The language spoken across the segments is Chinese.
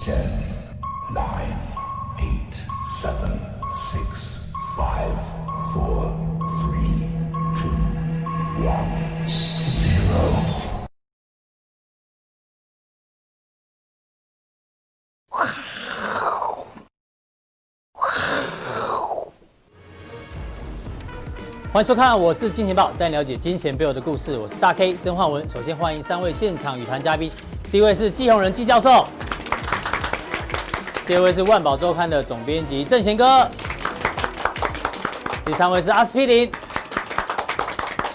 Ten, nine, eight, seven, six, five, four, three, two, one, zero. 欢迎收看，我是金钱豹，带你了解金钱背后的故事。我是大 K 曾焕文。首先欢迎三位现场语谈嘉宾，第一位是季宏仁季教授，第二位是万宝周刊的总编辑郑贤哥，第三位是阿司匹林。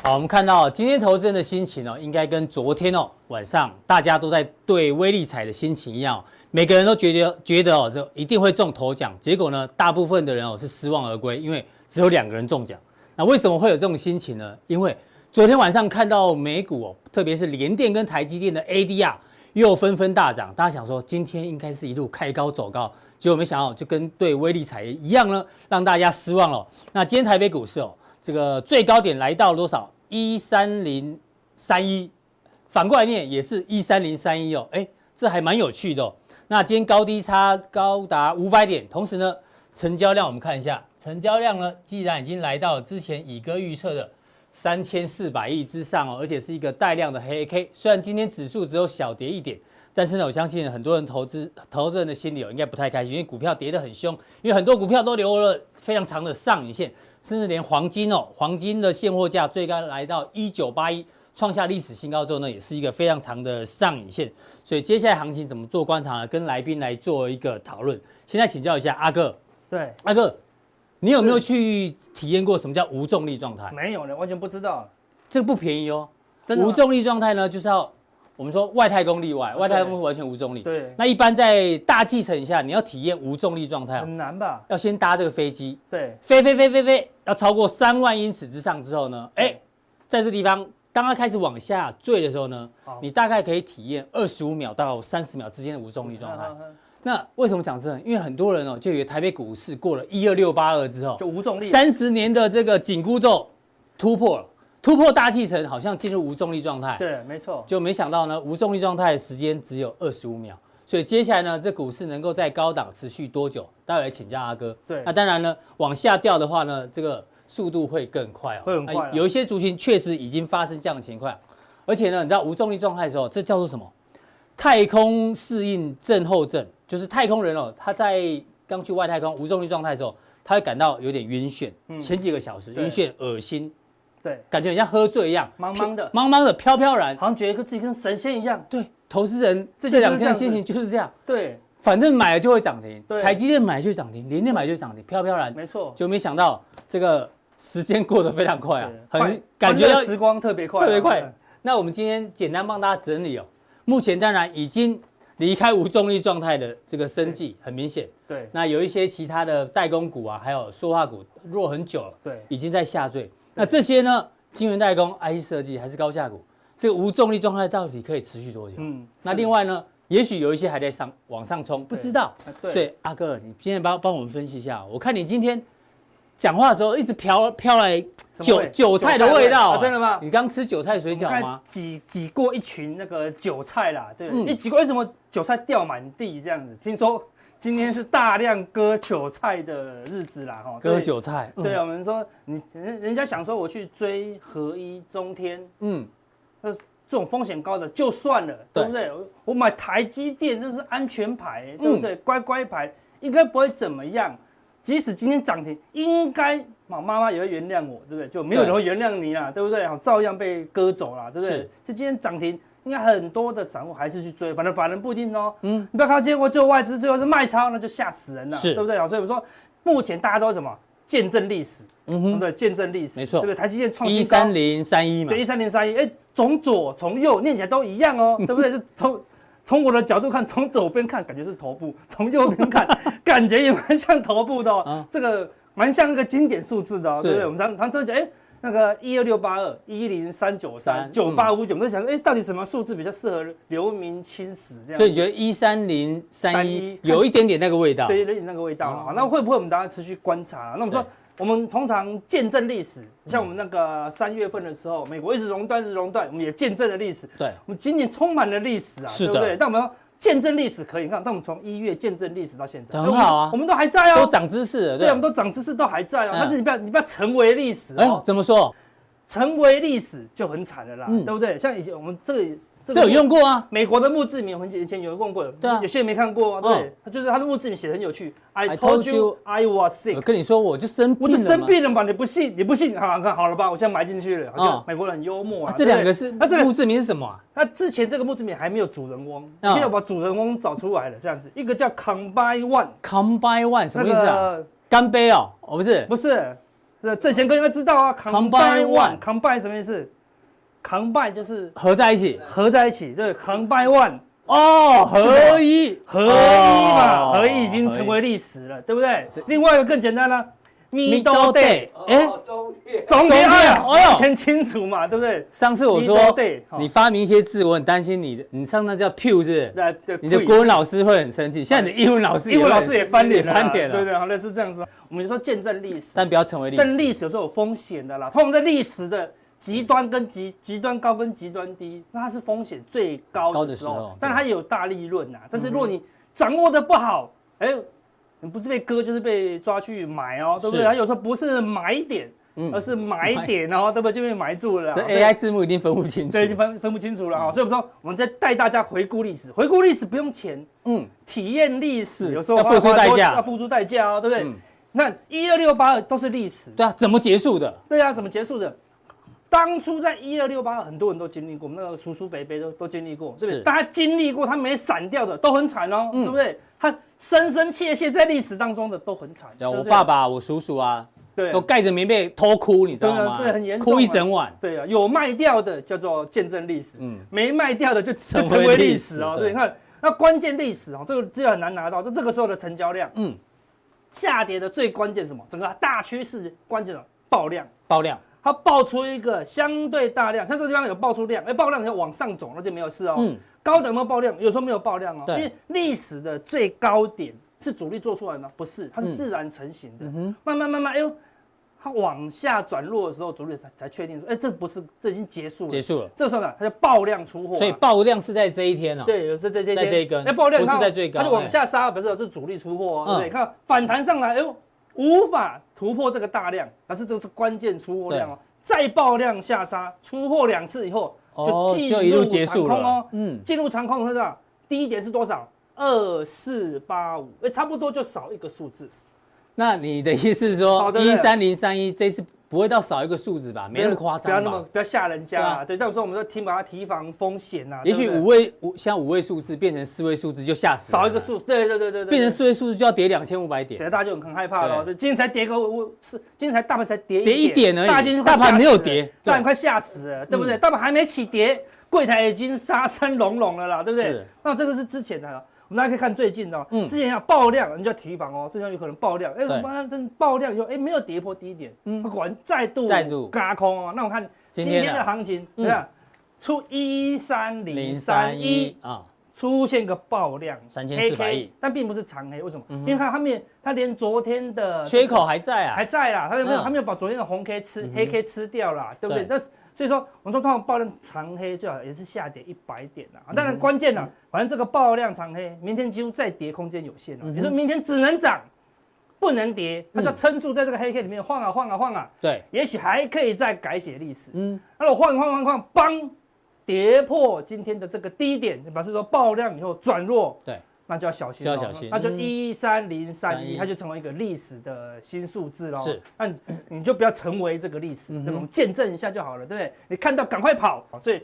好，我们看到今天投资人的心情哦，应该跟昨天哦晚上大家都在对威力彩的心情一样哦、每个人都觉得觉得哦，这一定会中头奖。结果呢，大部分的人哦是失望而归，因为只有两个人中奖。那为什么会有这种心情呢？因为昨天晚上看到美股哦，特别是联电跟台积电的 ADR 又纷纷大涨，大家想说今天应该是一路开高走高，结果没想到就跟对威力彩一样呢，让大家失望了。哦那今天台北股市哦，这个最高点来到多少？一三零三一，反过来念也是一三零三一哦，哎，这还蛮有趣的、哦。那今天高低差高达五百点，同时呢，成交量我们看一下，成交量呢既然已经来到了之前乙哥预测的三千四百亿之上哦，而且是一个带量的黑 K。虽然今天指数只有小跌一点，但是呢，我相信很多人投资投资人的心里哦应该不太开心，因为股票跌得很凶，因为很多股票都留了非常长的上影线，甚至连黄金哦，黄金的现货价最高来到一九八一，创下历史新高之后呢，也是一个非常长的上影线。所以接下来行情怎么做观察呢？跟来宾来做一个讨论。现在请教一下阿哥，对，阿哥，你有没有去体验过什么叫无重力状态？没有呢，完全不知道，这个不便宜哦。真的吗啊无重力状态呢，就是要我们说外太空例外，外太空是完全无重力。对那一般在大气层以下，你要体验无重力状态哦，很难吧？要先搭这个飞机，对，飞飞飞飞飞，要超过三万英尺之上之后呢，哎对，在这地方，当它开始往下坠的时候呢好，你大概可以体验二十五秒到三十秒之间的无重力状态。嗯那为什么讲这呢？因为很多人哦，就以为台北股市过了一二六八二之后就，无重力，三十年的这个紧箍咒突破了，突破大气层，好像进入无重力状态。对，没错，就没想到呢，无重力状态的时间只有二十五秒，所以接下来呢，这股市能够在高档持续多久？待会来请教阿哥。对那当然呢，往下掉的话呢，这个速度会更快哦，会很快啊那有一些族群确实已经发生这样的情况，而且呢，你知道无重力状态的时候，这叫做什么？太空适应症候症，就是太空人哦，他在刚去外太空无重力状态的时候，他会感到有点晕眩，嗯前几个小时对晕眩、恶心，对，感觉很像喝醉一样，茫茫的哦茫茫的、飘飘然。好像觉得自己跟神仙一样，对，投资人这这这就是两这天样的子心情就是这样，对，反正买了就会涨停，对台积电买就涨停，联电买就涨停，飘飘然。没错，就没想到这个时间过得非常快啊对，很快感觉欢到乐时光特别快啊，特别快对。那我们今天简单帮大家整理哦，目前当然已经离开无重力状态的这个生计很明显，对那有一些其他的代工股啊，还有塑化股弱很久了，对已经在下坠。那这些呢，晶圆代工、IC 设计还是高价股，这个无重力状态到底可以持续多久？嗯那是另外呢，也许有一些还在上往上冲，不知道。啊所以对，阿哥，你今天帮帮我们分析一下。我看你今天讲话的时候一直飘飘来什么韭味韭菜的味道、啊真的吗？你刚吃韭菜水你饺看吗？挤挤过一群那个韭菜啦，对，嗯一挤过，为什么韭菜掉满地这样子？听说今天是大量割韭菜的日子啦，哈，割所以韭菜，对啊，我们说你人人家想说我去追合一中天嗯，这种风险高的就算了，对对不对？我我买台积电这是安全牌，嗯对不对？乖乖牌应该不会怎么样。即使今天涨停，应该好妈妈也会原谅我，对不对？就没有对人会原谅你啦，对不对？好，哦照样被割走啦，对不对是？是今天涨停，应该很多的散户还是去追，反正法人不一定哦。嗯嗯，你不要看到结果最后外资最后是卖超，那就吓死人了，是对不对？哦好，所以我说目前大家都什么见证历史，嗯嗯哼哼，对，见证历史，没错对不对？台积电创一新高三。零三一嘛对，，一三零三一，哎，从左从右念起来都一样 哦，对不对？是从从我的角度看，从左边看感觉是头部，从右边看 感觉也蛮像头部的啊哦，这个蛮像一个经典数字的哦，是对不对？我们常常都会讲，哎。那个一二六八二、一零三九三嗯三、九八五九，我们都想说，哎，到底什么数字比较适合留名青史这样所子？以你觉得一三零三一31有一点点那个味道，对，有点那个味道了。哦好那会不会我们当然持续观察啊、那我们说对，嗯我们通常见证历史，像我们那个三月份的时候，美国一直熔断，一直熔断，我们也见证了历史。对，我们今年充满了历史啊，是的对不对？但我们要见证历史可以，你看，那我们从一月见证历史到现在，很好啊哎我们我们都还在都哦，长知识了，对，我们对。都长知识，都还在哦。嗯但是你不要，你不要成为历史哎呦哦，，怎么说？成为历史就很惨了啦，嗯对不对？像以前我们这个这有用过啊？美国的墓志铭，我们以前有人问过，对啊有些人没看过啊，对嗯，他就是他的墓志铭写的很有趣，I I told told you you I was 我 sick，跟你说，我就生我病就了嘛生病了嘛，你不信，你不信，好，那好了吧，我现在埋进去了，嗯好像美国人很幽默啊啊，这对不两对个是那这个墓志铭是什么啊？那之前这个墓志铭还没有主人翁，嗯现在我把主人翁找出来了，这样子，一个叫 Combine One， Come by one 什那么意思啊？个干杯哦，哦不是，不是，呃，郑贤哥应该知道啊 Combine One One，Combine 什么意思？Combine 就是合在一起合在一起，对，Combine One 哦，啊合一合一嘛，哦合一已经成为历史了，对不对？另外一个更简单了，Middle Day，哎，中越中间中哎间呀，哎呦完全清楚嘛，对不对？上次我 Middle 说 day，哦你发明一些字，我很担心你的，你上次叫 pew 是不是？那对你的不一国文老师会很生气，现在你的英文老师，英文老师也翻脸了啦，啊翻脸对了，对，好类似这样子。我们就说见证历史，但不要成为历但史。历史有时候有风险的啦，通常在历史的极端跟极嗯极端高跟极端低，那它是风险最高高的的时时候候对，嗯但它也有大利润呐。但是如果你掌握的不好，哎、你不是被割就是被抓去埋哦，对不对？是它有时候不是买点，嗯而是埋点哦，对不对？就被埋住了啦。哦这所以 AI 字幕一定分不清楚。啊嗯对，已经分分不清楚了啊、所以我们说，我们再带大家回顾历史，回顾历史不用钱，嗯，体验历史是有时候要花付出花代多价要付出代价哦，对不对？嗯你看一二六八二都是历史，对啊，怎么结束的？对啊，怎么结束的？当初在一二六八，很多人都经历过，我们那个叔叔伯伯都都经历过，对不是对？大家经历过，他没闪掉的都很惨哦，嗯对不对？他深深切切在历史当中的都很惨，对啊我对不对爸爸、我叔叔啊，对都盖着棉被偷哭，你知道对啊吗？对很严重啊哭一整晚。对啊，有卖掉的叫做见证历史，嗯没卖掉的就成就为成为历历史史哦。对对，你看那关键历史哦，这个资料很难拿到，就这个时候的成交量嗯，下跌的最关键是什么？整个大趋势关键的爆量。爆料。它爆出一个相对大量，像这个地方有爆出量，哎、爆量要往上走，那就没有事哦。嗯高档有没有爆量？有时候没有爆量哦，对因为历史的最高点是主力做出来的吗？不是，它嗯是自然成型的，哼慢慢慢慢，哎呦，它往下转弱的时候，主力才才确定说，哎、这不是，这已经结束了。结束了。这时候呢，它就爆量出货啊、所以爆量是在这一天哦。对，有这这这在这一根哎，爆量不是它在最高哎它就往下杀，不是，这是主力出货哦，对嗯不对？看反弹上来，哎呦，无法突破这个大量，但是这是关键出货量哦，再爆量下杀，出货两次以后哦就进就一路入结长束空了哦，嗯进入长空是吧？低点是多少？二四八五，哎，差不多就少一个数字，那你的意思是好说，对一对三零三一这次不会到少一个数字吧？没那么夸张不要吧？那么不要吓人家对啊啊，对，但我说我们说提把它提防风险呐，也许对不对五位五像五位数字变成四位数字就吓死人少了一个，数，对对对对对，对变成四位数字就要跌两千五百点对，。大家就很很害怕了。对就今天才跌个五是，今天才大盘才跌跌一点而已大金大盘没有跌对嗯大盘快吓死了，对不对？大盘还没起跌，柜台已经杀声隆隆了啦，对不对是？那这个是之前的了。我们大家可以看最近的哦，嗯之前要爆量，你就要提防哦，这地方有可能爆量，哎，对妈的爆量以后，哎，没有跌破低点，嗯，果然再度再度嘎空哦。那我看今今天的天的行情，嗯你看出一三零零三三一一。啊，出现个爆量， 3400 AK 亿，但并不是长黑，为什么？嗯哼因为它它面它连昨天的缺口还在啊还，在啦，它没有嗯它没有把昨天的红 K 吃黑 K 吃掉啦，对不对对？但是所以说，我们说通常爆量长黑最好也是下跌一百点嗯啦，啊当然关键啦，反正这个爆量长黑，明天几乎再跌空间有限了，嗯哼也就是明天只能涨，不能跌，它就嗯撑住在这个黑 K 里面晃啊晃啊晃啊，对，也许还可以再改写历史。嗯，那我晃晃晃晃，邦跌破今天的这个低点，表示说爆量以后转弱，对，那就要小心就了，要小心那就嗯一三零三31一，它就成为一个历史的新数字喽。是，嗯那你你就不要成为这个历史，那我们见证一下就好了，对不对？你看到赶快跑，所以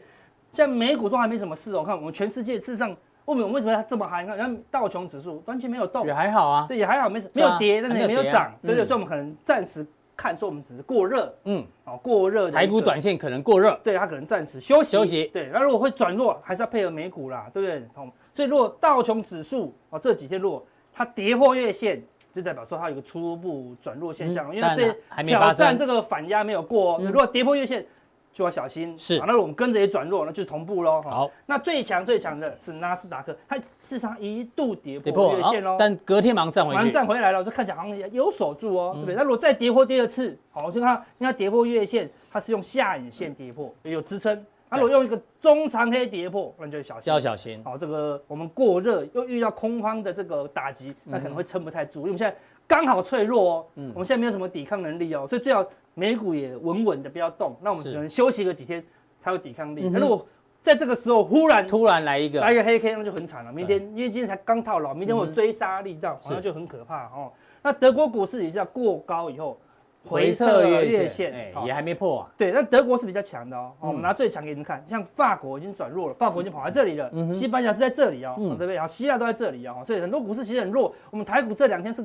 现在美股都还没什么事哦。看我们全世界事实上，我们为什么要这么嗨？你看，然后道琼指数完全没有动也，还好啊，对，也还好，没什没对啊有跌，但是也没有涨，还没有跌啊对不嗯对？所以我们可能暂时看说我们只是过热嗯，哦，过热的一个。台股短线可能过热，对它可能暂时休息，休息对，那如果会转弱，还是要配合美股啦，对不对？同所以如果道琼指数啊这几天如果它跌破月线，就代表说它有个初步转弱现象，嗯因为它这但还没发挑生战这个反压没有过、哦，嗯如果跌破月线就要小心。是啊那如果我们跟着也转弱，那就是同步喽。哈好，那最强最强的是纳斯达克，它事实上一度跌跌破破月好线喽，但隔天马上站回马上去，站回来了，就看起来好像也有守住哦，嗯对不对？那如果再嗯跌破第二次，好，我就看它，因为它跌破月线，它是用下影线跌破，有支撑，那如果用一个中长黑跌破，那你就要小心。要小心。好，这个我们过热又遇到空方的这个打击，嗯那可能会撑不太住，因为我们现在刚好脆弱哦，我们现在没有什么抵抗能力哦，所以最好美股也稳稳的不要动，那我们是只能休息个几天才有抵抗力。嗯哼那如果在这个时候忽然突然来一个来一个黑 K，那就很惨了。明天因为今天才刚套嗯牢，明天会有追杀力道，是好像就很可怕哦。那德国股市也是要过高以后回回撤撤月月线线，，哎，好也还没破啊。对，那德国是比较强的哦。哦我嗯们拿最强给你们看，像法国已经转弱了，法国已经跑在这里了，嗯哼西班牙是在这里哦，嗯哦对不对？然后希腊都在这里哦，所以很多股市其实很弱。我们台股这两天是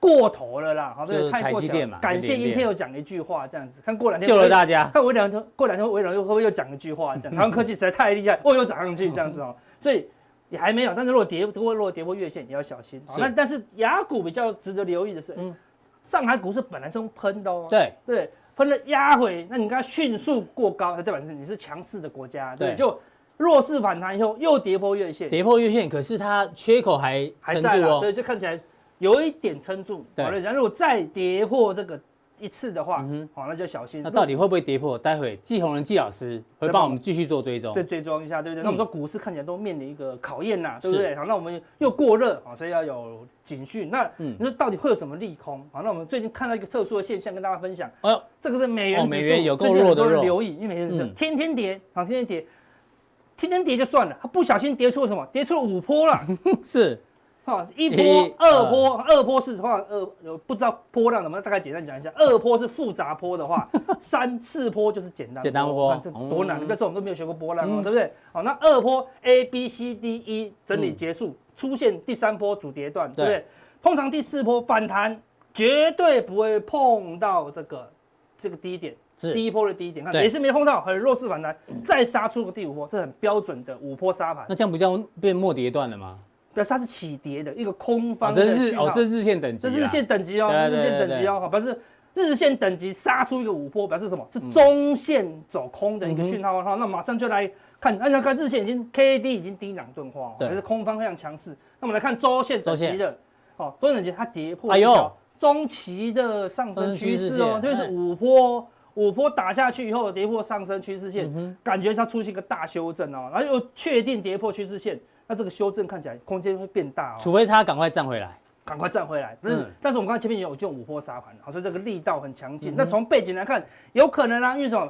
过头了啦，好，对不就是对？太台过积强电嘛感谢台积电 Intel 讲一句话这样子，看过两天救了微大家看微软就过两天微软又会不会又讲一句话这样？台湾科技实在太厉害，哦，又涨上去这样子哦，所以。也还没有，但是如果跌，如果如果跌破月线也要小心。好是那但是雅股比较值得留意的是，嗯上海股市本来是用喷的哦，对，对，喷了压回，那你刚迅速过高，那代表是你是强势的国家，对，对就弱势反弹以后又跌破月线，跌破月线，可是它缺口还还撑在住啦，哦。对，就看起来有一点撑住，对好了，然后如果再跌破这个一次的话嗯哼，好，那就小心。那到底会不会跌破？待会季红人季老师会帮我们继续做追踪再。追踪一下，对不对？那我们说股市看起来都面临一个考验啦，对嗯不是对？好，那我们又过热啊，所以要有警讯。那嗯你说到底会有什么利空？好，那我们最近看到一个特殊的现象，跟大家分享。哎呦，这个是美哦 元美指元数，有够最近弱很的多人肉留意，因为美元指数嗯天天跌，好，天天跌，天天跌就算了，它不小心跌出了什么？跌出了五波了，是哈，一一波、呃二波，二波是的话，二呃不知道波浪能不能大概简单讲一下，呃二波是复杂波的话，三四波就是简单简单波那这多难！嗯你不要说我们都没有学过波浪哦嗯，对不对？好，那二波 A B C D E 整理嗯结束，出现第三波主跌段，对不对对？通常第四波反弹绝对不会碰到这个这个低点。是第一波的低点，看对也是没碰到，很弱势反弹，再杀出个第五波，这很标准的五波杀盘那。这样不叫变末跌段了吗？表示它是起跌的一个空啊，方这的是日讯号哦，这是日线等级这啦，是日线等级哦，对对日线等级哦，好，表示日线等级杀出一个五波，表示什么？嗯是中线走空的一个讯号哈、那马上就来看，而且看日线已经 K D 已经低档钝化哦，对还是空方非常强势。那我们来看周线等级的，哦，周线等级它跌破哎一呦条中期的上升趋势哦上升趋势线，这边哎是五波。五波打下去以后，跌破上升趋势线，嗯感觉它出现一个大修正哦，然后又确定跌破趋势线，那这个修正看起来空间会变大哦。除非它赶快站回来。赶快站回来。但是，嗯但是我们刚才前面也有用五波杀盘，好，所以这个力道很强劲。那从背景来看，有可能啊，因为 什么？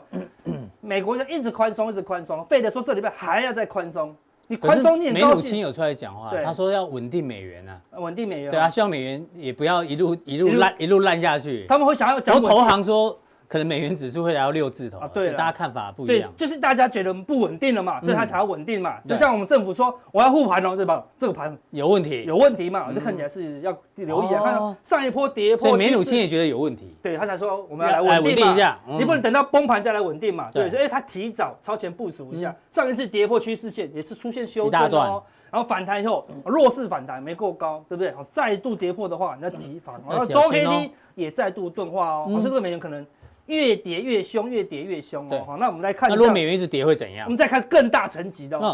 美国就一直宽松，一直宽松，费德说这礼拜还要再宽松。你可宽是松你很梅高鲁钦兴，有出来讲话，对他说要稳定美元啊，呃稳定美元。对啊，，希望美元也不要一路一路一路烂一路烂下去。他们会想要然讲后稳投行说，可能美元指数会来到六字头啊对所以啦大家看法不一对样，。嗯就是大家觉得不稳定了嘛，所以它才要稳定嘛。对就像我们政府说，我要护盘哦，对吧？这个盘有问题，有问题嘛，这看起来是要留意啊。哦看上一波跌所破以趋势，梅鲁钦也觉得有问题。对他才说我们要来要来稳稳定定嘛一下嗯你不能等到崩盘再来稳定嘛。对嗯对，所以他提早超前部署一下。上一次跌破趋势线也是出现修一大正段哦，然后反弹以后弱势反弹没够高，对不对？好，再度跌破的话，你要提防。要然后小周心哦 K D 也再度钝化哦，嗯好所以这个美元可能越跌越凶，越跌越凶对哦。好，那我们来看那一如果下美，元一直跌会怎我样们？再看更大层级的哦。嗯，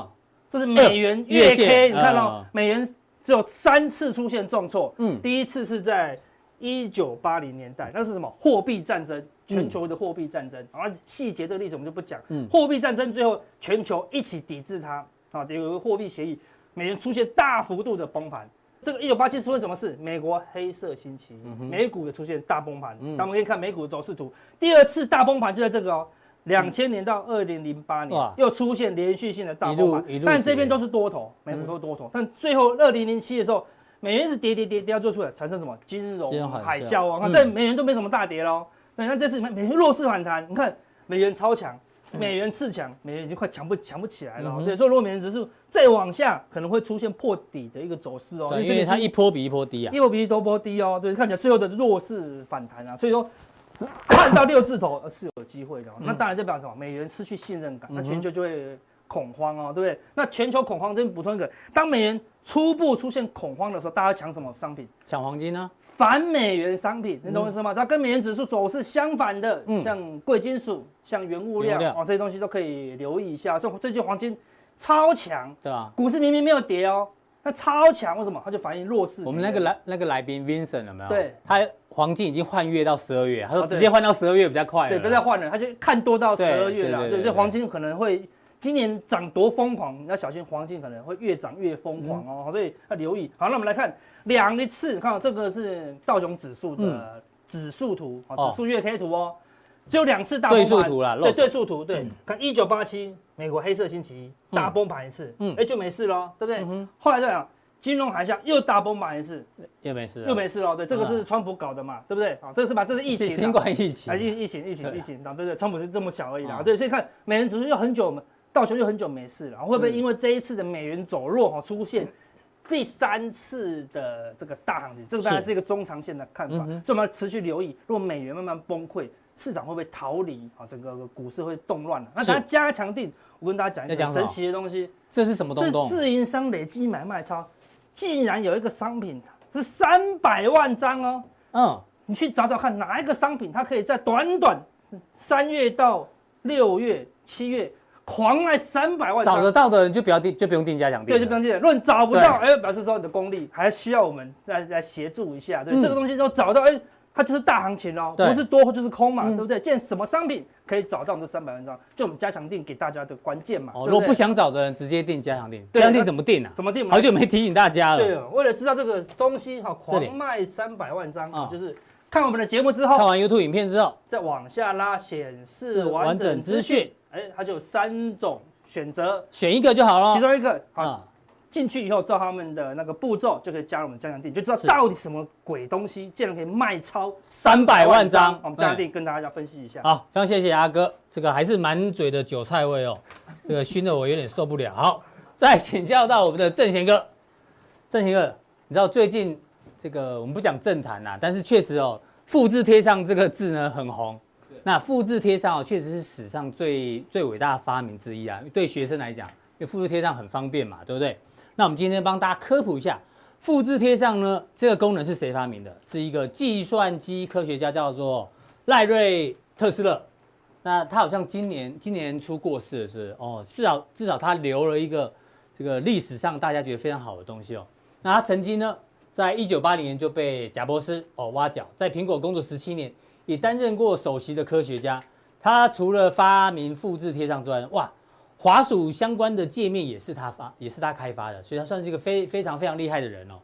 这是美元呃月月线 K，你看到嗯美元只有三次出现重挫，嗯嗯，第一次是在一九八零年代，那是什么？货币战争，全球的货币战争，然后细节这个历史我们就不讲嗯，货币战争最后全球一起抵制它，啊，有一个货币协议，美元出现大幅度的崩盘。这个一九八七出现什么事？美国黑色星期嗯一，美股也出现大崩盘。那我们可以看美股的走势图，第二次大崩盘就在这个哦，两千年到二零零八年哇又出现连续性的大一崩路盘一路，但跌嗯这边都是多头，美股都多头，但最后二零零七的时候，美元是跌跌跌跌到最后出来，产生什么金金融融海海啸啸哦，那嗯在美元都没什么大跌喽，对，那这次美美元弱势反弹，你看美元超强，美元次强，美元已经快强不强不起来了嗯哦，哼对，所以如果美元指数再往下，可能会出现破底的一个走势哦，对，因这为个它已一经波比一波低啊。又比多波低哦，对，看起来最后的弱势反弹啊，所以说看到六字头呃是有机会的哦、嗯那当然就表示什么？美元失去信任感，那全球就会恐慌哦，对不对？那全球恐慌这边补充一个，当美元初步出现恐慌的时候，大家抢什么商品？抢黄金啊呢？反美元商品，你懂我意思吗？它跟美元指数走势相反的，嗯像贵金属、像原物原料物料哦，这些东西都可以留意一下。所以最近黄金超强，对吧？股市明明没有跌哦，那超强，为什么？它就反映弱势美元。我们那个来那个来宾 Vincent 有没有？对他黄金已经换月到十二月，他说哦对直接换到十二月比较快了。对，不要再换了，他就看多到十对二月了，对对对对，所以对黄金可能会今年涨多疯狂，你要小心黄金可能会越涨越疯狂哦，嗯所以要留意。好，那我们来看两一次，看哦这个是道琼指数的指数图，嗯哦哦，指数月 K 图哦，只有两次大对崩数盘图啦漏对斗对数图，对，看一九八七美国黑色星期一大崩盘一次，嗯哎就没事喽，对不对？后来再讲金融海啸又大崩盘一次，又没事了，又没事喽，对，这个嗯是川普搞的嘛，对不对？好，这个是吧？这是疫情啊，新冠疫啊，情，疫疫情疫对啊情疫情，然后哦对对，川普是这么小而已啦嗯。对，所以看美元指数又很久没，道琼又很久没事了，会嗯不会因为这一次的美元走弱哈出现第三次的这个大行情？这个当然是是一个中长线的看法，嗯所以我们要持续留意。如果美元慢慢崩溃，市场会不会逃离啊？整个股市会动乱了。那是它加强定，我跟大家讲要一个讲很什么神奇的东西，这是什么东这东？自营商累积买卖超，竟然有一个商品是三百万张哦。嗯，你去找找看哪一个商品，它可以在短短三月到六月、七月狂卖三百万张找得到的人就不要定，就不用定价奖励了。对，就不用记了。如果你找不到，哎，表示说你的功力还需要我们来来协助一下。对，嗯这个东西都找到，哎，它就是大行情喽，对不是多就是空嘛，嗯对不对？见什么商品可以找到这三百万张，就我们加强定给大家的关键嘛。哦，如对果不对想找的人，直接定加强定。加对强定那怎么定啊？怎么定嘛好？久没提醒大家对了。了，为了知道这个东西哈，这里狂卖三百万张啊，就是看我们的节目之后看，完 YouTube 影片之后，再往下拉显是示完完整整资资讯讯，哎，它就有三种选择，选一个就好了。其中一个好啊，进去以后照他们的那个步骤就可以加入我们加强定，就知道是到底什么鬼东西竟然可以卖超三百万张张。啊我们加强定跟大家分析一下。好，非常谢谢阿哥，这个还是满嘴的韭菜味哦，这个熏得我有点受不了。好，再请教到我们的郑贤哥，郑贤哥，你知道最近这个我们不讲政坛啦、但是确实哦，复制贴上这个字呢很红。那复制贴上哦，确实是史上最最伟大的发明之一啊。对学生来讲，因为复制贴上很方便嘛，对不对？那我们今天帮大家科普一下，复制贴上呢这个功能是谁发明的？是一个计算机科学家叫做赖瑞特斯勒，那他好像今年今年年初过世了是不是哦，至少至少他留了一个这个历史上大家觉得非常好的东西哦。那他曾经呢，在一九八零年就被贾伯斯哦挖角，在苹果工作十七年，也担任过首席的科学家。他除了发明复制贴上之外，哇，滑鼠相关的界面也是他发，也是他开发的，所以他算是一个非非常非常厉害的人哦。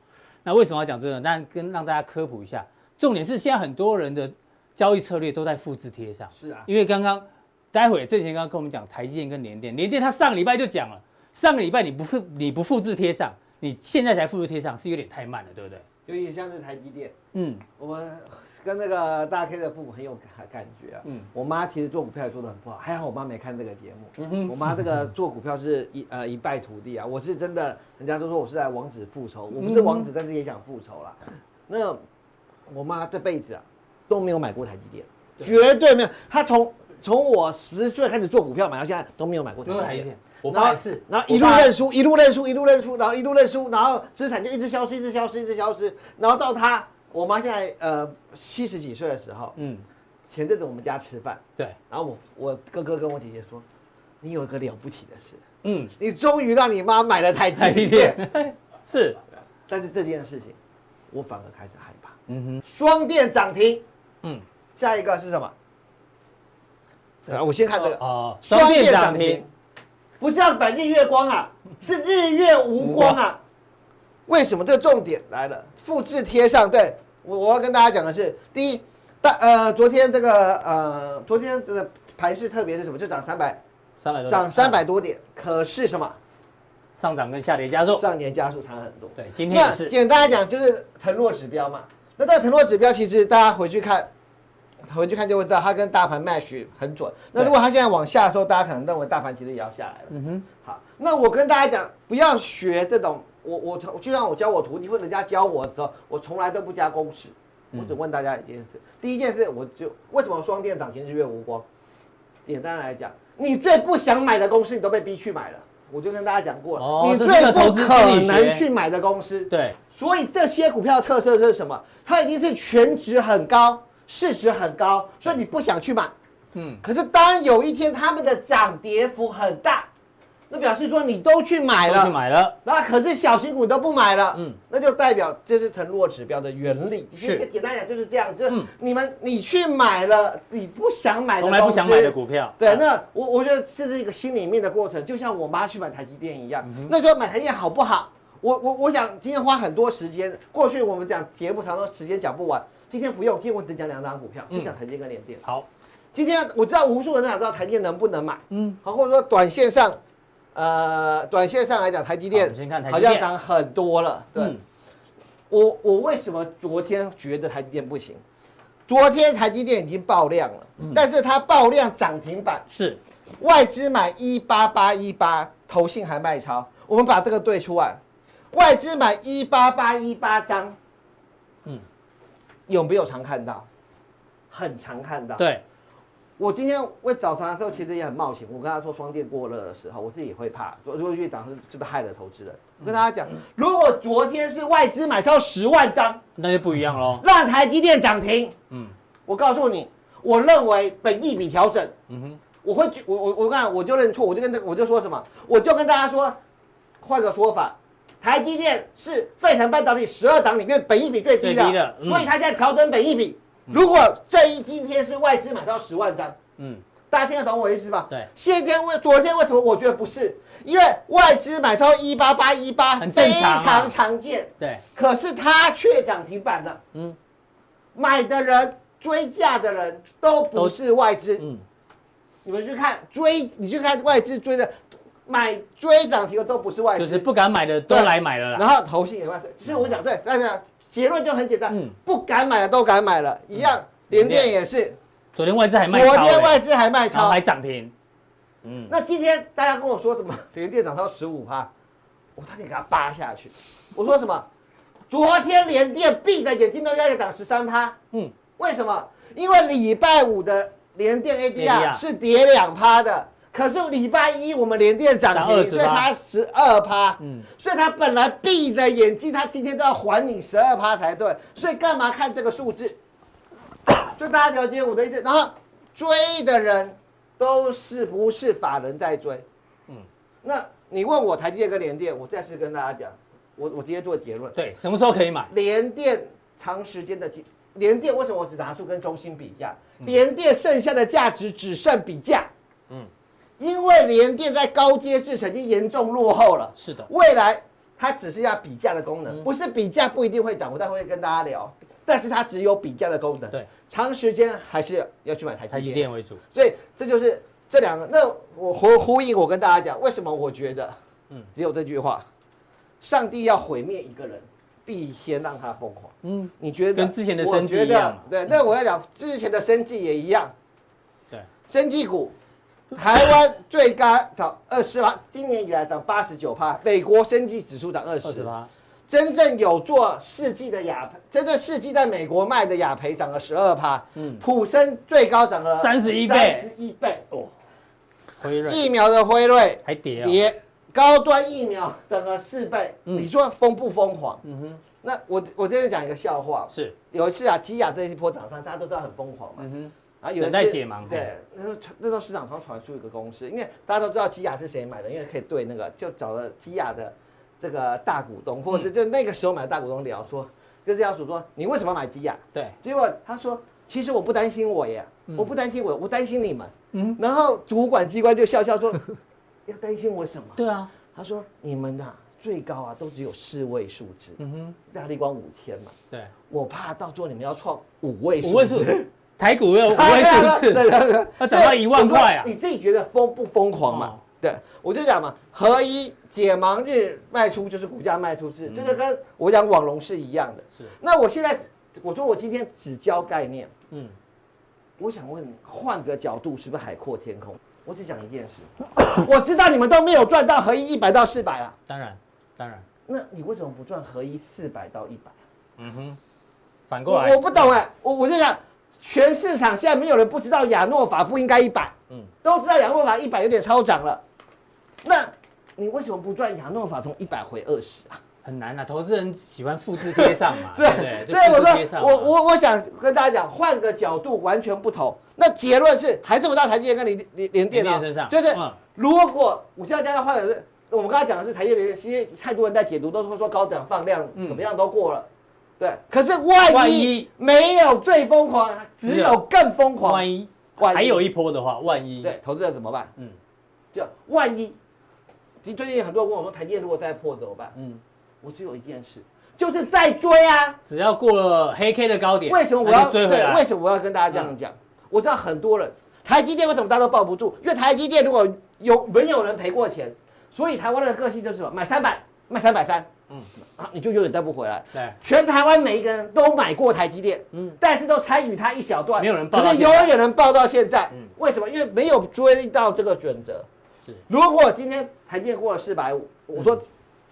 那为什么要讲这个呢？当然跟让大家科普一下，重点是现在很多人的交易策略都在复制贴上。是啊，因为刚刚待会郑贤刚刚跟我们讲台积电跟联电，联电他上个礼拜就讲了，上个礼拜你不复你不复制贴上，你现在才复制贴上是有点太慢了，对不对？有点像是台积电。嗯，我们跟那个大 K 的父母很有感感觉啊。嗯我妈其实做股票也做得很不好，还好我妈没看这个节目。我妈这个做股票是一呃一败涂地啊。我是真的，人家都说我是在王子复仇，我不是王子，但是也想复仇啦。那我妈这辈子啊都没有买过台积电，绝对没有。她从从我十岁开始做股票买到现在都没有买过台都是台积积电电。，我爸然也后是，然后一路认输，一路认输，一路认输，然后一路认输，然后资产就一直消失，一直消失，一直消失，然后到他，我妈现在呃七十几岁的时候，嗯，前阵子我们家吃饭，对，然后我我哥哥跟我姐姐说，你有一个了不起的事，嗯，你终于让你妈买了台台积积电，电 是，但是这件事情，我反而开始害怕，嗯双电涨停，嗯，下一个是什么？啊，我先看这哼，，个呃哦，双电涨停，，不是让本日月光啊，是日月无光啊。为什么这个重点来了？复制贴上，对我我要跟大家讲的是，第一，大呃，昨天这个呃，昨天的盘势特别是什么？就涨三百，三百多，哎涨三百，多点，可是什么？上涨跟下跌加速，上年加速差很多。对，今天也那是，简单来讲，就是腾落指标嘛。那这个腾落指标，其实大家回去看，回去看就会知道，它跟大盘 match 很准。那如果它现在往下的时候，大家可能认为大盘其实也要下来了。嗯哼，好，那我跟大家讲，不要学这种，我我就像我教我徒弟或者人家教我的时候，我从来都不加公式，我嗯只问大家一件事。第一件事，我就为什么双电涨停日月无光？简单来讲，你最不想买的公司，你都被逼去买了。我就跟大家讲过了，哦你这是个最投不资可心理学能去买的公司，对，所以这些股票的特色是什么？它已经是全值很高，市值很高，所以你不想去买。嗯，可是当有一天它们的涨跌幅很大，那表示说你都去买都去了，买了，那可是小型股都不买了，嗯嗯，那就代表这是腾落指标的原理。是其实简单讲就是这样，就嗯是你们你去买了你不想买的从来不想公买司的股票。对，啊那我我觉得这是一个心里面的过程，就像我妈去买台积电一样，嗯那时候买台积电好不好？我我我想今天花很多时间，过去我们讲节目常说时间讲不完，今天不用，今天我只讲两档股票，就嗯讲台积电跟联电。好，今天我知道无数人都想知道台积电能不能买，嗯，好，或者说短线上，呃，短线上来讲，台积好我电们先看台积好像电涨很多了，对。嗯我我为什么昨天觉得台积电不行？昨天台积电已经爆量了，嗯但是它爆量涨停板，是外资买一八八一八，投信还卖超。我们把这个对出来，外资买一八八一八张，嗯嗯，有没有常看到？很常看到。，对，我今天我早上的时候其实也很冒险，我跟他说双电过热的时候，我自己也会怕，如果去挡是是不是害了投资人？我跟大家讲，如果昨天是外资买超十万张，那就不一样喽。让台积电涨停，嗯我告诉你，我认为本益比调整。嗯哼，我会觉我我我刚才我就认错，我就跟这我就说什么，我就跟大家说，换个说法，台积电是费城半导体十二档里面本益比最低的，最低的嗯所以它现在调整本益比。如果这一今天是外资买到十万张，嗯，大家听得懂我意思吗？对现天为昨天为什么我觉得不是？因为外资买超一八八一八很正非常啊常常见，对，可是它却涨停板了。嗯嗯，买的人追价的人都不都是外资，嗯，你们去看追，你去看外资追的，买追涨停的都不是外资，就是不敢买的都对来买了啦。然后投信也卖，所以我讲对，大家结论就很简单，嗯不敢买的都敢买了，一样，联电也是，昨天外资还昨卖超欸，天外资还卖然后超还，涨停。嗯，那今天大家跟我说什么？联电涨超十五趴，我差点给它扒下去，我说什么？昨天联电闭着眼睛都要涨十三趴，嗯，为什么？因为礼拜五的联电 ADR ADR 是跌两趴的，可是礼拜一我们联电涨停，涨20%所以它十二趴。嗯所以它本来闭着眼睛，它今天都要还你十二趴才对，所以干嘛看这个数字？所以大家了解我的意思。然后追的人都是不是法人在追？嗯嗯，那你问我台积电跟联电，我再次跟大家讲，我我直接做结论。对，什么时候可以买？联电长时间的联电为什么我只拿出跟中芯比价？联电剩下的价值只剩比价。嗯嗯，因为联电在高阶制程已经严重落后了。是的，未来它只剩下比价的功嗯能，不是比价不一定会涨，我待会会跟大家聊。但是它只有比价的功能，对，长时间还是要去买台积台积电电为主。所以这就是这两个。那我呼呼应我跟大家讲，为什么我觉得，嗯嗯，只有这句话，上帝要毁灭一个人，必先让他疯狂。嗯，你觉得跟之前的我生计觉一样得嘛对，那我要讲之前的生计也一样，对，生技股，台湾最高涨二十趴，今年以来涨八十九趴，美国生技指数涨二二十十八，真正有做试剂的雅培，真正试剂在美国卖的雅培涨了十二趴，嗯普生最高涨了31倍三十一倍，哦，辉瑞疫苗的辉瑞还跌啊。跌，高端疫苗涨了四倍，嗯你说疯不疯狂？嗯哼，那我我这边讲一个笑话，是，有一次啊，基亚这一波涨上，大家都知道很疯狂嘛，嗯哼，啊，有一等待次解盲嘿对，那时候传那时候市场上传出一个公式，因为大家都知道基亚是谁买的，因为可以对那个，就找了基亚的这个大股东，或嗯者就那个时候买的大股东聊说，跟这家属说，你为什么买基亚？对，结果他说，其实我不担心我耶，嗯我不担心我，我担心你们。嗯，然后主管机关就笑笑说， 要担心我什么？对啊，他说你们呐、最高啊都只有四位数字，嗯哼，大力光五千嘛，对，我怕到最后你们要创五位数五字。位数， 台股要五位数对啊对字，对对，要涨到一万块啊所以我说你自己觉得疯不疯狂嘛？哦对，我就讲嘛，合一解盲日卖出就是股价卖出制，这个跟我讲网龙是一样的。嗯是，那我现在我说我今天只教概念，嗯，我想问你，换个角度是不是海阔天空？我只讲一件事，我知道你们都没有赚到合一一百到四百啊，当然，当然，那你为什么不赚合一四百到一百？嗯哼，反过我来，我不懂哎、我我就想，全市场现在没有人不知道亚诺法不应该一百，嗯嗯，都知道亚诺法一百有点超涨了，那你为什么不赚亚诺法从一百回二十啊？很难啊，投资人喜欢复制贴上 嘛，对对不啊对？就所以复我制贴上说，嘛我我我想跟大家讲，换个角度完全不同。那结论是还是回到台积电跟联联联电啊联电身上就是嗯如果我现在大家换的是，我们刚才讲的是台积电，因为太多人在解读，都是说高档放量嗯怎么样都过了。对，可是万万一一没有最疯狂，只只有有更疯狂。万一万一还有一波的话，万一对，投资者怎么办？嗯就万一，其实最近很多人问我说，台积电如果再破怎么办？嗯，我只有一件事，就是再追啊！只要过了黑 K 的高点，为什么我那要就追回对？来嗯为？什么我要跟大家这样讲？我知道很多人台积电为什么大家都抱不住，因为台积电如果有没有人赔过钱，所以台湾的个性就是什么，买三百卖三百三，嗯嗯，啊，你就永远带不回来。对，全台湾每一个人都买过台积电，嗯嗯，但是都参与它一小段，没有人报可到是现永在远能报到现在。嗯为什么？因为没有追到这个准则是。如果今天台积电过了四百五，我说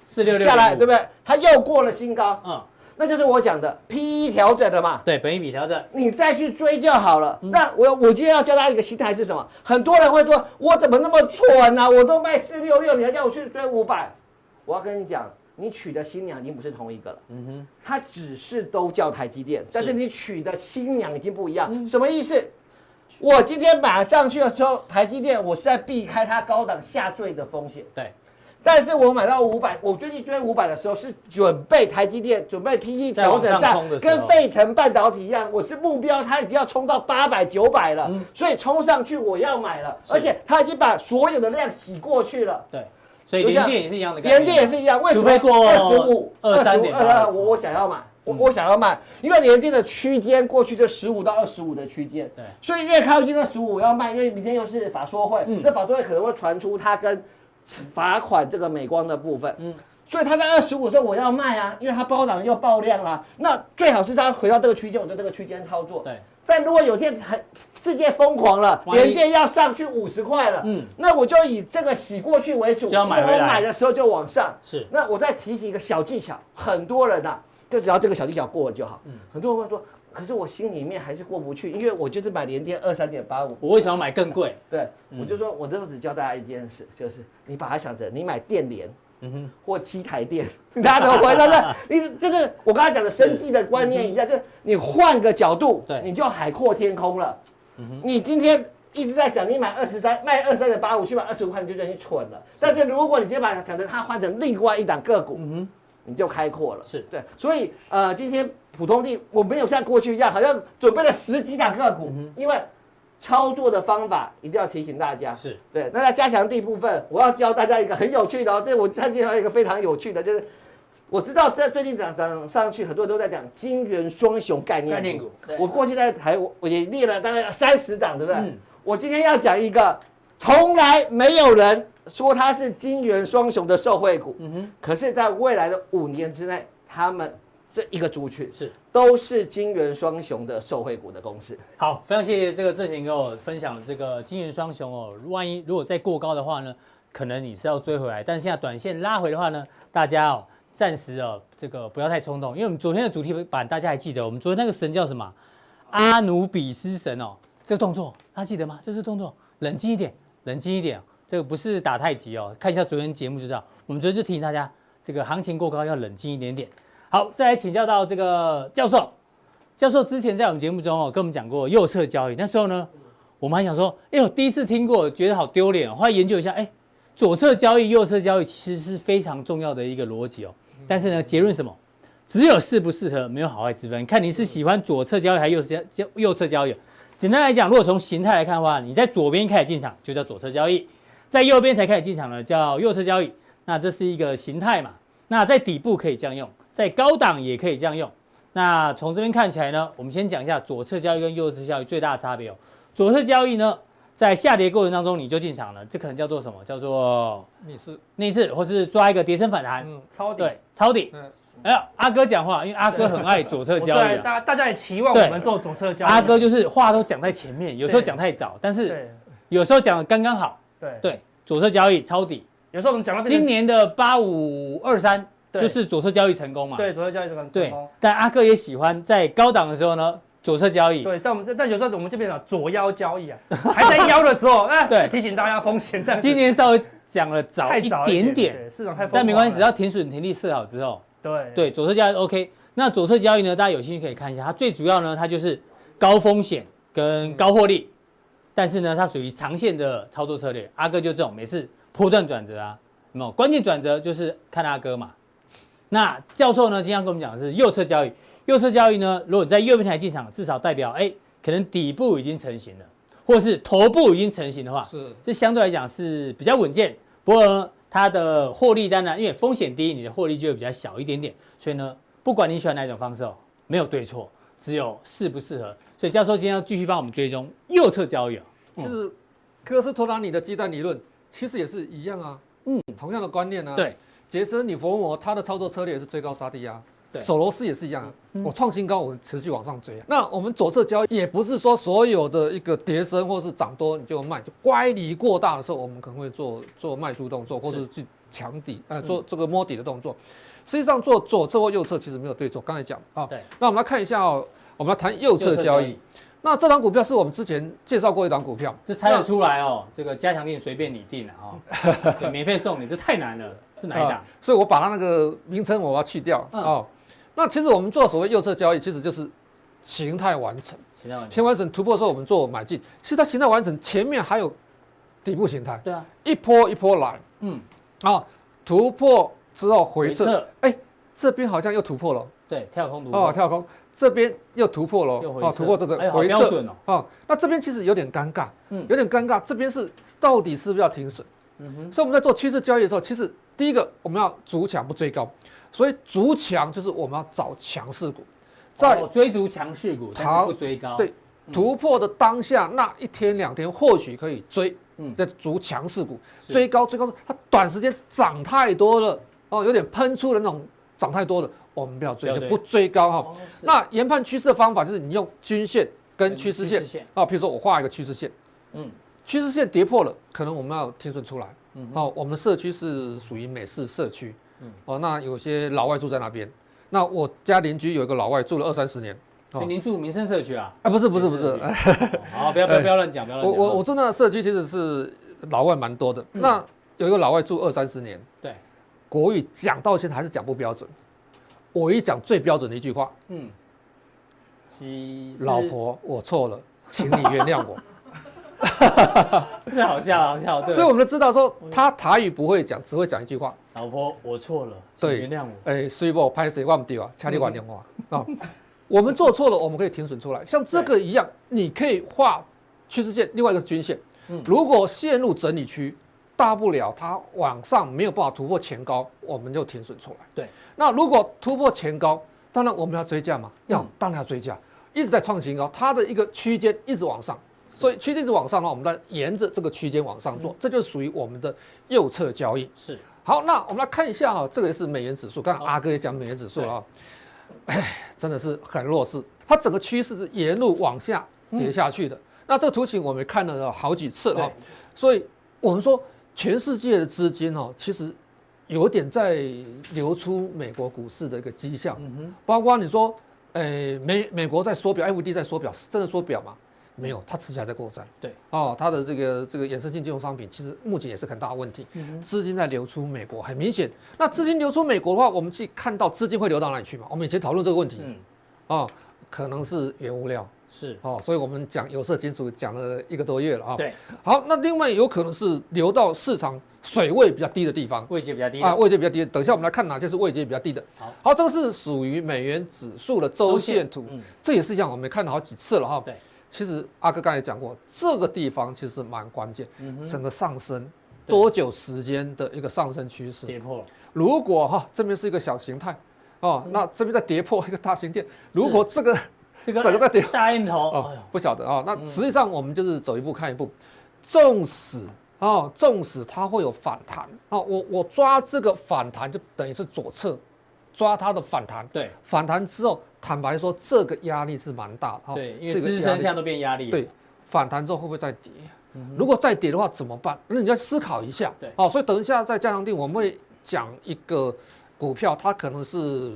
四六六下来对不对？它又过了新高，嗯，那就是我讲的 P E 调整了嘛。对，本一比调整，你再去追就好了。嗯那我我今天要教大家一个心态是什么？很多人会说，我怎么那么蠢呢、我都卖四六六，你还叫我去追五百？我要跟你讲，你娶的新娘已经不是同一个了。嗯哼，它只是都叫台积电，但是你娶的新娘已经不一嗯样，什么意思？我今天买上去的时候，台积电我是在避开它高档下坠的风险，对，但是我买到五百，我最近追五百的时候是准备台积电准备 PE 在调往整上到冲的时候跟沸腾半导体一样，我是目标它已经要冲到八百九百了，嗯所以冲上去我要买了，而且它已经把所有的量洗过去了。对，所以就连像电也是一样的概念，连电也是一样，为什么除非过二十五、 23.8二我我想要买，嗯我我想要卖，因为连电的区间过去就十五到二十五的区间，对所以越靠近二十五我要卖，因为明天又是法说会，嗯那法说会可能会传出它跟罚款这个美光的部分，嗯所以它在二十五时候我要卖啊，因为它包涨又爆量啦、那最好是它回到这个区间，我在这个区间操作，对，但如果有天很世界疯狂了，万一连电要上去五十块了，嗯嗯，那我就以这个洗过去为主，就要买那回我来买的时候就往上。是那我再提起一个小技巧，很多人呐、啊，就只要这个小技巧过了就好。嗯很多人会说，可是我心里面还是过不去，因为我就是买连电二三点八五。我为什么要买更贵？对，嗯我就说，我这只教大家一件事，就是你把它想成你买电联，嗯哼，或七台电， 大家都回 到这，你就是我刚才讲的生计的观念一样，就是你换个角嗯度，对嗯你就海阔天空了。你今天一直在想你买二十三卖二三的八五去买二十五块，你就觉得你蠢了。但是如果你今天把它想成它换成另外一档个股，嗯你就开阔了。是对，所以呃，今天普通地我没有像过去一样，好像准备了十几档个嗯股，因为操作的方法一定要提醒大家。哼，是对，那在加强地部分，我要教大家一个很有趣的哦，这我看见到一个非常有趣的，就是我知道这最近涨涨上去，很多人都在讲金元双雄概念概念股对我过去在台我我也列了大概三十档，对不对？嗯我今天要讲一个从来没有人说它是金元双雄的受惠嗯股，可是在未来的五年之内，他们这一个族群是。都是金元双雄的受惠股的公司。好，非常谢谢这个郑贤给我分享这个金元双雄哦。万一如果再过高的话呢，可能你是要追回来，但现在短线拉回的话呢，大家哦暂时哦这个不要太冲动，因为我们昨天的主题版大家还记得，我们昨天那个神叫什么？阿努比斯神哦，这个动作大家记得吗？就是动作，冷静一点，冷静一点哦、这个不是打太极哦，看一下昨天节目就知道。我们昨天就提醒大家，这个行情过高要冷静一点点。好，再来请教到这个教授，教授之前在我们节目中哦，跟我们讲过右侧交易，那时候呢，我们还想说，哎呦，第一次听过，觉得好丢脸、哦。后来研究一下，哎，左侧交易、右侧交易其实是非常重要的一个逻辑哦。但是呢，结论是什么？只有适不适合，没有好坏之分。看你是喜欢左侧交易还是右侧交右侧交易。简单来讲，如果从形态来看的话，你在左边开始进场就叫左侧交易，在右边才开始进场呢叫右侧交易。那这是一个形态嘛？那在底部可以这样用，在高档也可以这样用。那从这边看起来呢，我们先讲一下左侧交易跟右侧交易最大的差别哦。左侧交易呢，在下跌过程当中你就进场了，这可能叫做什么？叫做你是逆势，或是抓一个跌升反弹，嗯，抄底。对，抄底。嗯哎呀，阿哥讲话，因为阿哥很爱左 侧我交在易、大啊。家大家也期望对我们做左侧交易。阿哥就是话都讲在前面，有时候讲太早，但是对有时候讲的刚刚好。对对，左侧交易抄底，有时候我们讲到变今成年的八五二三对就是左侧交易成功嘛。对左侧交易就很成对功。，但阿哥也喜欢在高档的时候呢，左侧交易。对，但我们这但有时候我们就变成左腰交易啊，还在腰的时候，哎，对提醒大家风险这样 子。今年稍微讲了早太一早点点，点，对市场太疯狂了，但没关系，只要停损停利设好之后，对对左侧交易 OK。那左侧交易呢，大家有兴趣可以看一下，它最主要呢，它就是高风险跟高获利。但是呢，它属于长线的操作策略。阿哥就这种，每次波段转折啊，有没有关键转折就是看阿哥嘛。那教授呢，经常跟我们讲的是右侧交易，右侧交易呢，如果你在右边台进场，至少代表哎，可能底部已经成型了，或是头部已经成型的话，是这相对来讲是比较稳健。不过呢它的获利当然因为风险低，你的获利就会比较小一点点。所以呢，不管你喜欢哪一种方式哦，没有对错，只有适不适合。所以教授今天要继续帮我们追踪右侧交易哦。其实科斯托兰尼的鸡蛋理论其实也是一样啊，嗯，同样的观念啊。，对，杰森女佛摩他的操作策略也是追高杀低啊。对索罗斯也是一样啊，我创新高，我们持续往上追啊。那我们左侧交易也不是说所有的一个跌升或是涨多你就卖，就乖离过大的时候，我们可能会做做卖出动作，或是去抢底，呃，做这个摸底的动作。实际上做左侧或右侧其实没有对错，刚才讲啊。对。那我们来看一下哦，我们来谈右侧交易。，那这档股票是我们之前介绍过一档股票，这猜得出来哦。这个加强定随便你定了 哦，对，免费送你，这太难了。是哪一档啊？所以我把它那个名称我要去掉、嗯哦。那其实我们做所谓右侧交易，其实就是形态完成，前两形态完成突破之后我们做买进，其实它形态完成前面还有底部形态，对啊，一波一波来嗯，啊，突破之后回回撤撤，哎，这边好像又突破了对，跳空突破哦，跳空，这边又突破了嗯又回哦，撤突破这个哎好回标撤准哦。哦，那这边其实有点尴尬，嗯有点尴尬，这边是到底是不是要停损？嗯哼，所以我们在做趋势交易的时候，其实第一个我们要逐强不追高，所以逐强就是我们要找强势股，在哦嗯追逐强势股，但是好不追高。对突破的当下那一天两天或许可以追嗯，再逐强势股是追高追高，它短时间涨太多了哦，有点喷出的那种涨太多了，我们不要追，不要就追不追高哈。哦，是那研判趋势的方法就是你用均线跟跟趋势趋线势线啊，比如说我画一个趋势线，嗯趋势线跌破了，可能我们要停损出来。嗯哼好、我们的社区是属于美式社区，嗯哦，那有些老外住在那边，那我家邻居有一个老外住了二三十年，所以您住民生社区啊？啊，不哦是不是不社是区，哦好，不要不要哎不要乱讲，不要乱我讲。我我住那个社区其实是老外蛮多的，嗯那有一个老外住二三十年，对，国语讲到现在还是讲不标准，我一讲最标准的一句话，嗯，西老，婆我错了，请你原谅我，是这好笑好笑， 对。嗯所以我们就知道说他台语不会讲，只会讲一句话，老婆，我错了，请对原谅我。哎，所以我拍谁忘不掉啊，掐你挂电话啊、我们做错了，我们可以停损出来，像这个一样，你可以画趋势线，另外一个均线嗯。如果陷入整理区，大不了它往上没有办法突破前高，我们就停损出来。对，那如果突破前高，当然我们要追价嘛，要、嗯当然要追价，一直在创新高，它的一个区间一直往上，所以区间一直往上的话，我们在沿着这个区间往上嗯做，这就属于我们的右侧交易。是，好，那我们来看一下哈、这个也是美元指数，刚刚阿哥也讲美元指数了啊、哎，真的是很弱势，它整个趋势是沿路往下跌下去的。那这个图形我们看了好几次哈、对所以我们说全世界的资金哦，其实有点在流出美国股市的一个迹象，包括你说，诶、哎美美国在缩表，F D 在缩表，是真的缩表吗？没有，它持续还在购债。嗯对，哦，它的这个这个衍生性金融商品其实目前也是很大的问题，嗯资金在流出美国，很明显。那资金流出美国的话，我们去看到资金会流到哪里去嘛？我们以前讨论这个问题，嗯，哦，可能是原物料，是，哦，所以我们讲有色金属讲了一个多月了啊、对，好，那另外有可能是流到市场水位比较低的地方位阶比较低的啊，位阶比较低的。等一下我们来看哪些是位阶比较低的。好，好，这个是属于美元指数的周线图，嗯，这也是一样，我们也看了好几次了哈。对，其实阿哥刚才讲过，这个地方其实蛮关键，嗯哼整个上升对多久时间的一个上升趋势。跌破了，如果哈、这边是一个小形态。嗯哦，那这边再跌破一个大型店，如果这个这个整个在跌大 M 头，哦哎呦，不晓得啊、那实际上我们就是走一步看一步，纵使哦，纵使它会有反弹哦，我我抓这个反弹就等于是左侧抓它的反弹，对反弹之后，坦白说这个压力是蛮大的哈、对，因为这个支撑压现力在都变压力了，哎对，反弹之后会不会再跌？如果再跌的话怎么办？那你要思考一下。嗯对哦，所以等一下在加强定我们会讲一个股票，它可能是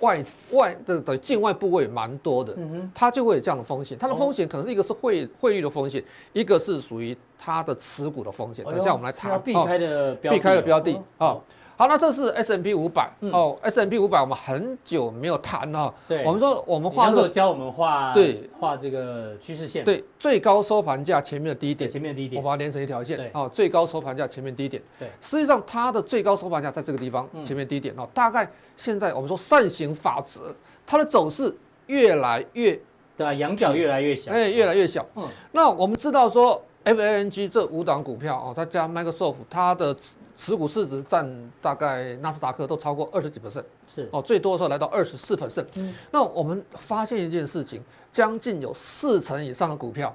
外外的的境外部位蛮多的，它就会有这样的风险。它的嗯哦风险可能是一个是汇汇率的风险，一个是属于它的持股的风险。哎呦，等一下我们来是要谈。避哦开的标的哦，避开了标的哦啊。好，那这是 S M P 五百哦，S M P 五百我们很久没有谈了。哦对我们说我们你那画时候个教我们画对画这个趋势线，对最高收盘价前面的低对，点，前面的第一我点，把它连成一条线对，哦，最高收盘价前面低点。对实际上它的最高收盘价在这个地方嗯前面低点哦，大概现在我们说扇形法则，它的走势越来越对啊，仰角越来越小，哎越来越小。嗯那我们知道说 FANG 这五档股票哦，它加 Microsoft 它的持持股市值占大概纳斯达克都超过二十几 percent 是，哦，最多的时候来到二十四 percent 嗯。那我们发现一件事情，将近有四成以上的股票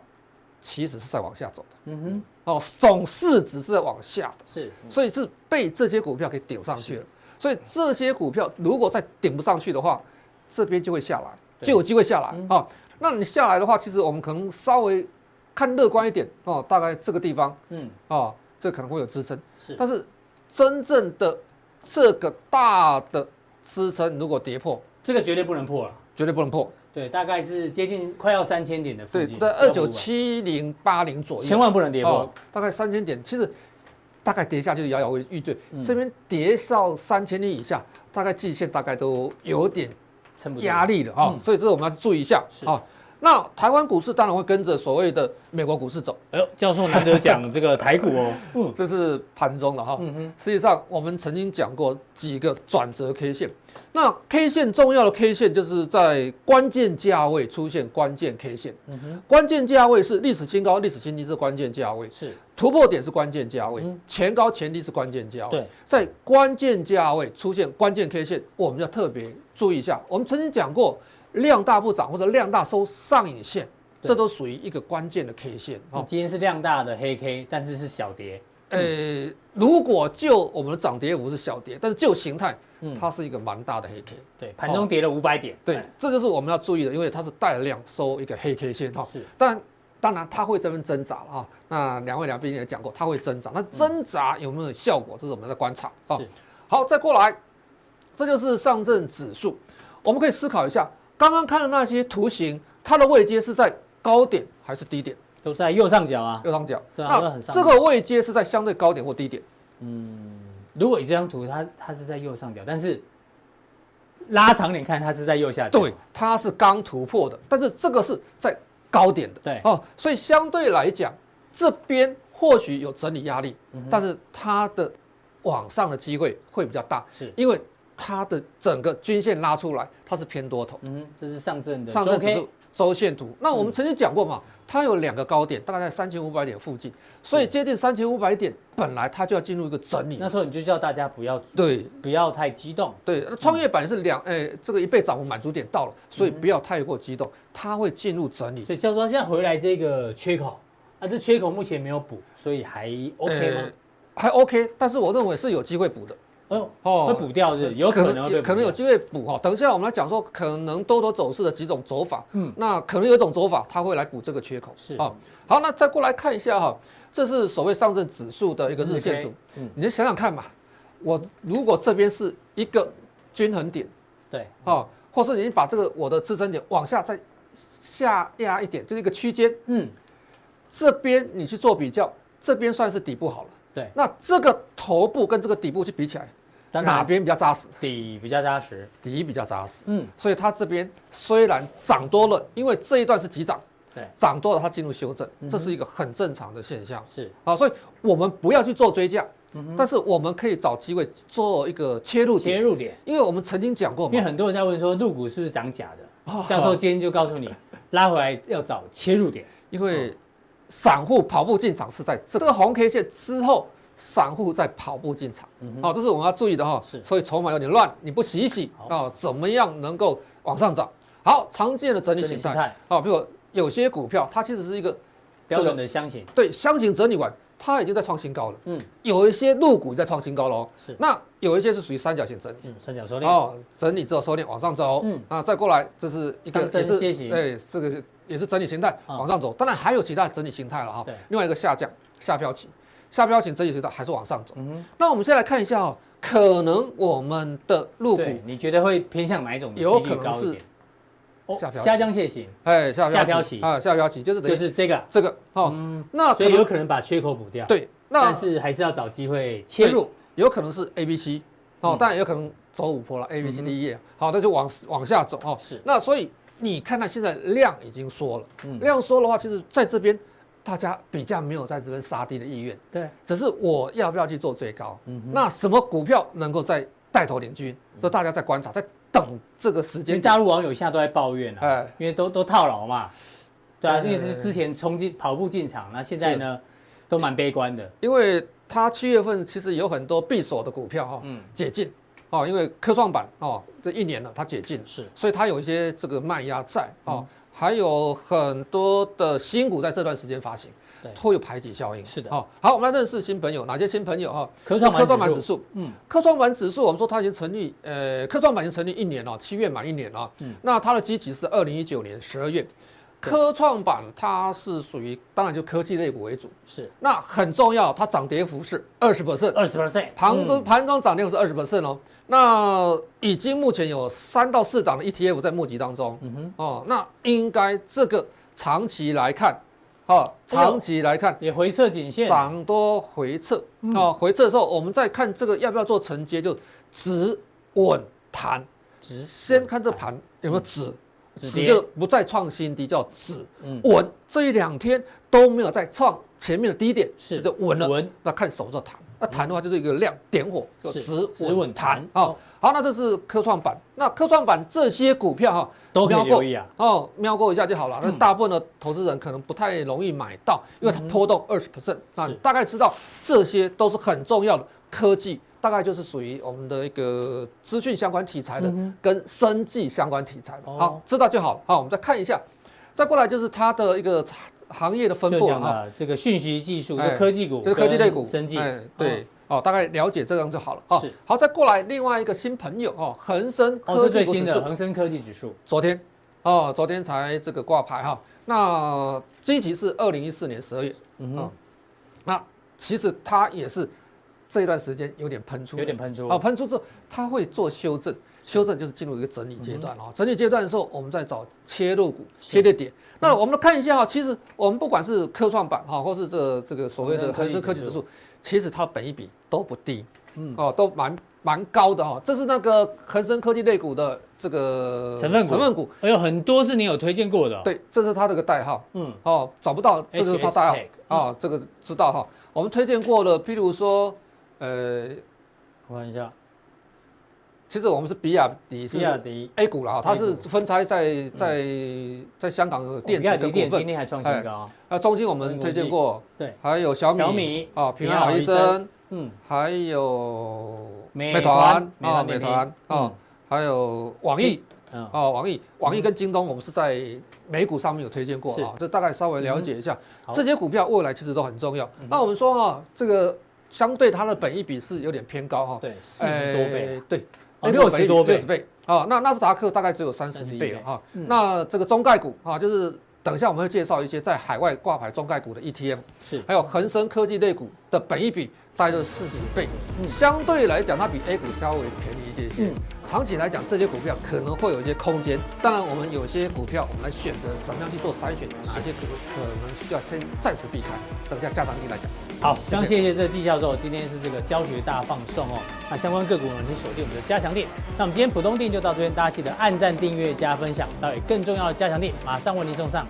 其实是在往下走的。嗯哼，哦，总市值是在往下的，是嗯所以是被这些股票给顶上去了。所以这些股票如果再顶不上去的话，这边就会下来，对嗯就有机会下来啊、哦。那你下来的话，其实我们可能稍微看乐观一点哦，大概这个地方嗯哦，这可能会有支撑。是，但是真正的这个大的支撑如果跌破，这个绝对不能破了，绝对不能破。对，大概是接近快要三千点的附对，近，在二要不九然，七零八零左右，千万不能跌哦破，，大概三千点，其实大概跌下去就摇摇欲坠，嗯这边跌到三千点以下，大概季线大概都有点撑不住压，力了啊、所以这我们要注意一下嗯是啊、那台湾股市当然会跟着所谓的美国股市走，哎呦，教授难得讲这个台股哦， 嗯这是盘中的哦哈、嗯哼，实际上，我们曾经讲过几个转折 K 线。那 K 线重要的 K 线就是在关键价位出现关键 K 线，关键价位是历史新高、历史新低是关键价位，是突破点是关键价位嗯，前高前低是关键价位对。在关键价位出现关键 K 线，我们要特别注意一下。我们曾经讲过，量大不涨或者量大收上影线，对嗯这都属于一个关键的 K 线。哦，今天是量大的黑 K，但是是小跌，呃，如果就我们的涨跌幅是小跌，但是就形态嗯，哎它是一个蛮大的黑 K。对，盘中跌了五百点，对哎，这就是我们要注意的，因为它是带量收一个黑 K 线哈。是但当然它会这边挣扎了啊。那两位来宾也讲过，它会挣扎。那挣扎有没有效果，这是我们在观察啊嗯是。好，再过来，这就是上证指数。我们可以思考一下，刚刚看的那些图形，它的位阶是在高点还是低点？都在右上角啊，右上角。对啊那很上这面个位阶是在相对高点或低点？如果以这张图，它它是在右上角，但是拉长点看，它是在右下角。对，它是刚突破的，但是这个是在高点的，对哦，所以相对来讲，这边或许有整理压力，嗯但是它的往上的机会会比较大，是因为它的整个均线拉出来，它是偏多头，嗯哼，这是上证的上证指 K，嗯数周线图。那我们曾经讲过嘛，它有两个高点，大概在三千五百点附近，所以接近三千五百点，本来它就要进入一个整理那，时候你就叫大家不要对，不要太激动，对，那创业板是两，哎，这个一倍涨幅满足点到了，嗯所以不要太过激动，它会进入整理。所以教授他现在回来这个缺口啊，这缺口目前没有补，所以还 OK 呃吗？还 OK，但是我认为是有机会补的，哎呦，哦会补掉是有可能会有补可能有掉机会补哦。等一下我们来讲说，可能多头走势的几种走法，嗯嗯，那可能有一种走法，它会来补这个缺口，是哦。好，那再过来看一下哈、这是所谓上证指数的一个日线图日 K，，嗯你就想想看嘛，我如果这边是一个均衡点。对，哦，或是你把这个我的支撑点往下再下压一点，就是一个区间，嗯，这边你去做比较，这边算是底部好了。对那这个头部跟这个底部去比起来，当哪然边比较扎实？底比较扎实，底比较扎实。嗯，所以它这边虽然涨多了，因为这一段是急涨，对，嗯涨多了它进入修正，这是一个很正常的现象。是好，所以我们不要去做追价，但是我们可以找机会做一个切入嗯切点，哦入点。因为我们曾经讲过因为嘛，很多人在问说，入股是不是涨假的？哦教授今天就告诉 你，拉回来要找切入点。因嗯为散户跑步进场是在这个红 K 线之后，散户在跑步进场，好、这是我们要注意的哈、嗯是所以筹码有点乱，你不洗一洗啊、好怎么样能够往上涨？好，常见的整理整理形态形态啊、比如有些股票它其实是一个标这准个的箱型，对箱型整理完，它已经在创新高了，嗯有一些入股在创新高喽，是那有一些是属于三角形整理。嗯，三角收敛，哦，整理之后收敛往上走，嗯嗯，啊，再过来这是一上个升也是楔形对，这个也是整理形态啊往上走，当然还有其他的整理形态了哈对，另外一个下降下标型，下标型整理形态还是往上走嗯哼。那我们先来看一下哦，可能我们的入股，对，你觉得会偏向哪一种的有几率可能高一是点？哦下标下型降蟹型哎，下下标标型型啊，下标型就是等就于是这个，嗯这个哦，那所可以有能可能把缺口补掉。，对，那但是还是要找机会切入。有可能是 A、B、C 嗯哦，当然有可能走五波了，A、B、C、D、E，啊好，那就往往下走哦。是那所以你看看现在量已经缩了，嗯量缩的话，其实在这边大家比较没有在这边杀低的意愿，对，只是我要不要去做最高？嗯那什么股票能够在带头领军？这大家在观察，在等这个时因为间点。大陆网友现在都在抱怨啊，哎，因为都都套牢嘛，对啊，因对为对对之前冲进跑步进场，那现在呢都蛮悲观的，因为它七月份其实有很多闭锁的股票哈、嗯，解禁哦，因为科创板哦这一年了，它解禁，是所以它有一些这个卖压在嗯哦，还有很多的新股在这段时间发行对，会有排挤效应。是的哦，好，我们来认识新朋友，哪些新朋友哈？科创板科创板指指数，嗯，科创板指数，我们说它已经成立，呃，科创板已经成立一年了，七月满一年了。嗯嗯，那它的基期是二零一九年十二月。科创板它是属于，当然就科技类股为主。是那很重要，它涨跌幅是二十 percent，二十 percent，嗯盘中盘中涨跌幅是二十 percent 哦。那已经目前有三到四档的 ETF 在募集当中，嗯哦，那应该这个长期来看，哦，哎呦长期来看也回撤颈线，涨多回撤，嗯哦，回撤的时候，我们再看这个要不要做承接，就止稳弹，直先看这盘有没有止，嗯止止跌就不再创新低，叫止嗯稳。这一两天都没有再创前面的低点，是就稳了。稳嗯那看手么时候弹，那弹的话就是一个量点火，就是止止稳稳弹弹哦。好，那这是科创板，那科创板这些股票哈、都可以瞄过留意啊哦，瞄过一下就嗯好了。那大部分的投资人可能不太容易买到，因为它波动二十 percent，那嗯是你大概知道这些都是很重要的科技，大概就是属于我们的一个资讯相关题材的，跟生技相关题材的。嗯哦好，知道就好了。好，我们再看一下，再过来就是它的一个行业的分就布了讲哈。了这个讯息技术，哎就科技股，这是科技类股，生技哎，对，哦，大概了解这样就好了。哦是，好，再过来另外一个新朋友哦，恒生哦，这科技最股新指的数，恒生科技指数，昨天哦，昨天才这个挂牌哈、那基期是二零一四年十二月，嗯、哦，那其实它也是这一段时间有点喷出的，有点喷出哦，喷出之后它会做修正，修正就是进入一个整理阶段嗯哦。整理阶段的时候，我们再找切入股、切入点。那嗯我们看一下哈、其实我们不管是科创板哈、或是这这个所谓的恒恒生生科科技技指指数数，其实它本益比都不低，嗯，哦，都蛮蛮高的哈、这是那个恒生科技类股的这个成分股成分股，哎呦，很多是你有推荐过的，，哦对，这是它这个代号，嗯，哦，找不到，这个是它代 HSTech 号，哦，这个知道哈、我们推荐过的，譬如说，呃，我看一下，其实我们是比亚迪，是比亚迪， A 股了哈，它是分拆在在在香港的哦比电亚子迪跟股电今份。天还创新高，啊，中兴我们推荐过，对，还有小米，小米啊，平安好医平安好生，嗯，还有美美啊，团美联名团啊嗯，还有网易嗯，啊，网易，网易跟京东，我们是在美股上面有推荐过是啊，这大概稍微了解一下好，这些股票未来其实都很重要。那我们说哈，这个相对它的本益比是有点偏高哈，对，四十多倍啊，哎，对，哦60多倍六十倍啊。那纳斯达克大概只有三十31倍嗯倍了哈。那这个中概股啊，就是等一下我们会介绍一些在海外挂牌中概股的 ETF，是还有恒生科技类股的本益比大概就是四十倍，相对来讲它比 A 股稍微便宜一些些。长期来讲，这些股票可能会有一些空间。当然，我们有些股票我们来选择怎么样去做筛选，哪些可可能需要先暂时避开，等一下加长力来讲。好，非常谢谢这季教授，今天是这个教学大放送哦。那相关个股呢，请锁定我们的加强店。那我们今天浦东店就到这边，大家记得按赞、订阅、加分享。到底更重要的加强店，马上为您送上。